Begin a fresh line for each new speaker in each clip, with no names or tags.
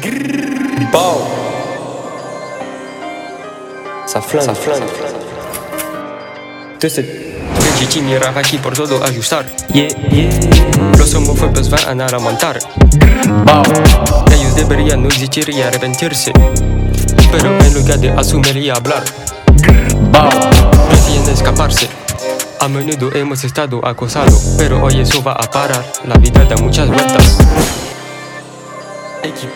Gripao. Saflán, saflán. Entonces, Chichi miraba aquí por todo ajustar. Yeah, yeah. Los homófobos van a remontar. Ellos deberían no existir y arrepentirse. Pero en lugar de asumir y hablar, prefieren escaparse. A menudo hemos estado acosados, pero hoy eso va a parar. La vida da muchas vueltas. Equipo.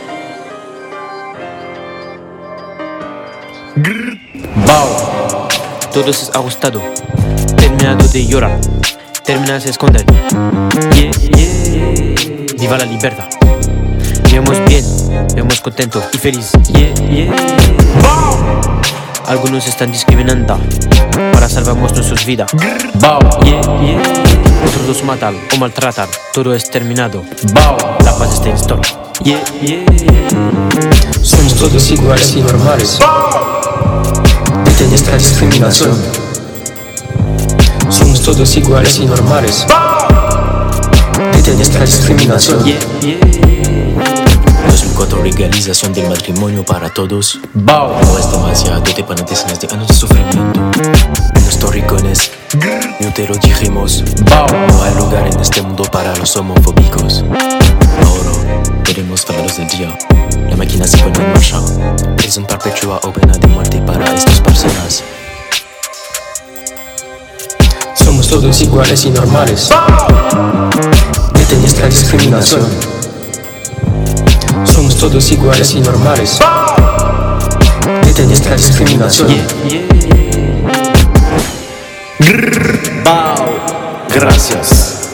Bao. Todo es ajustado. Terminado de llorar. Terminas de esconder. Yeah, yeah. Viva la libertad. Vemos bien, vemos contento y feliz. Yeah, yeah. Algunos están discriminando para salvarnos nuestras vidas. Bao. Yeah, yeah. Otros los matan o maltratan. Todo es terminado. Bao. La paz está en stock. Yeah, yeah.
Somos todos iguales y normales. Detén esta discriminación. Somos todos iguales y normales. Detén esta discriminación.
Yeah, yeah.
2004 legalización del matrimonio para todos.
Bao.
No es demasiado de panas de años de sufrimiento. En nuestros rincones, no te lo dijimos.
Bao.
No hay lugar en este mundo para los homofóbicos. Ahora podemos hablaros del día. La máquina se pone en marcha. Prisión perpetua o pena de muerte para estas personas.
Somos todos iguales y normales. Detén esta discriminación. Somos todos iguales y normales. Detén esta discriminación.
Bao.
Gracias.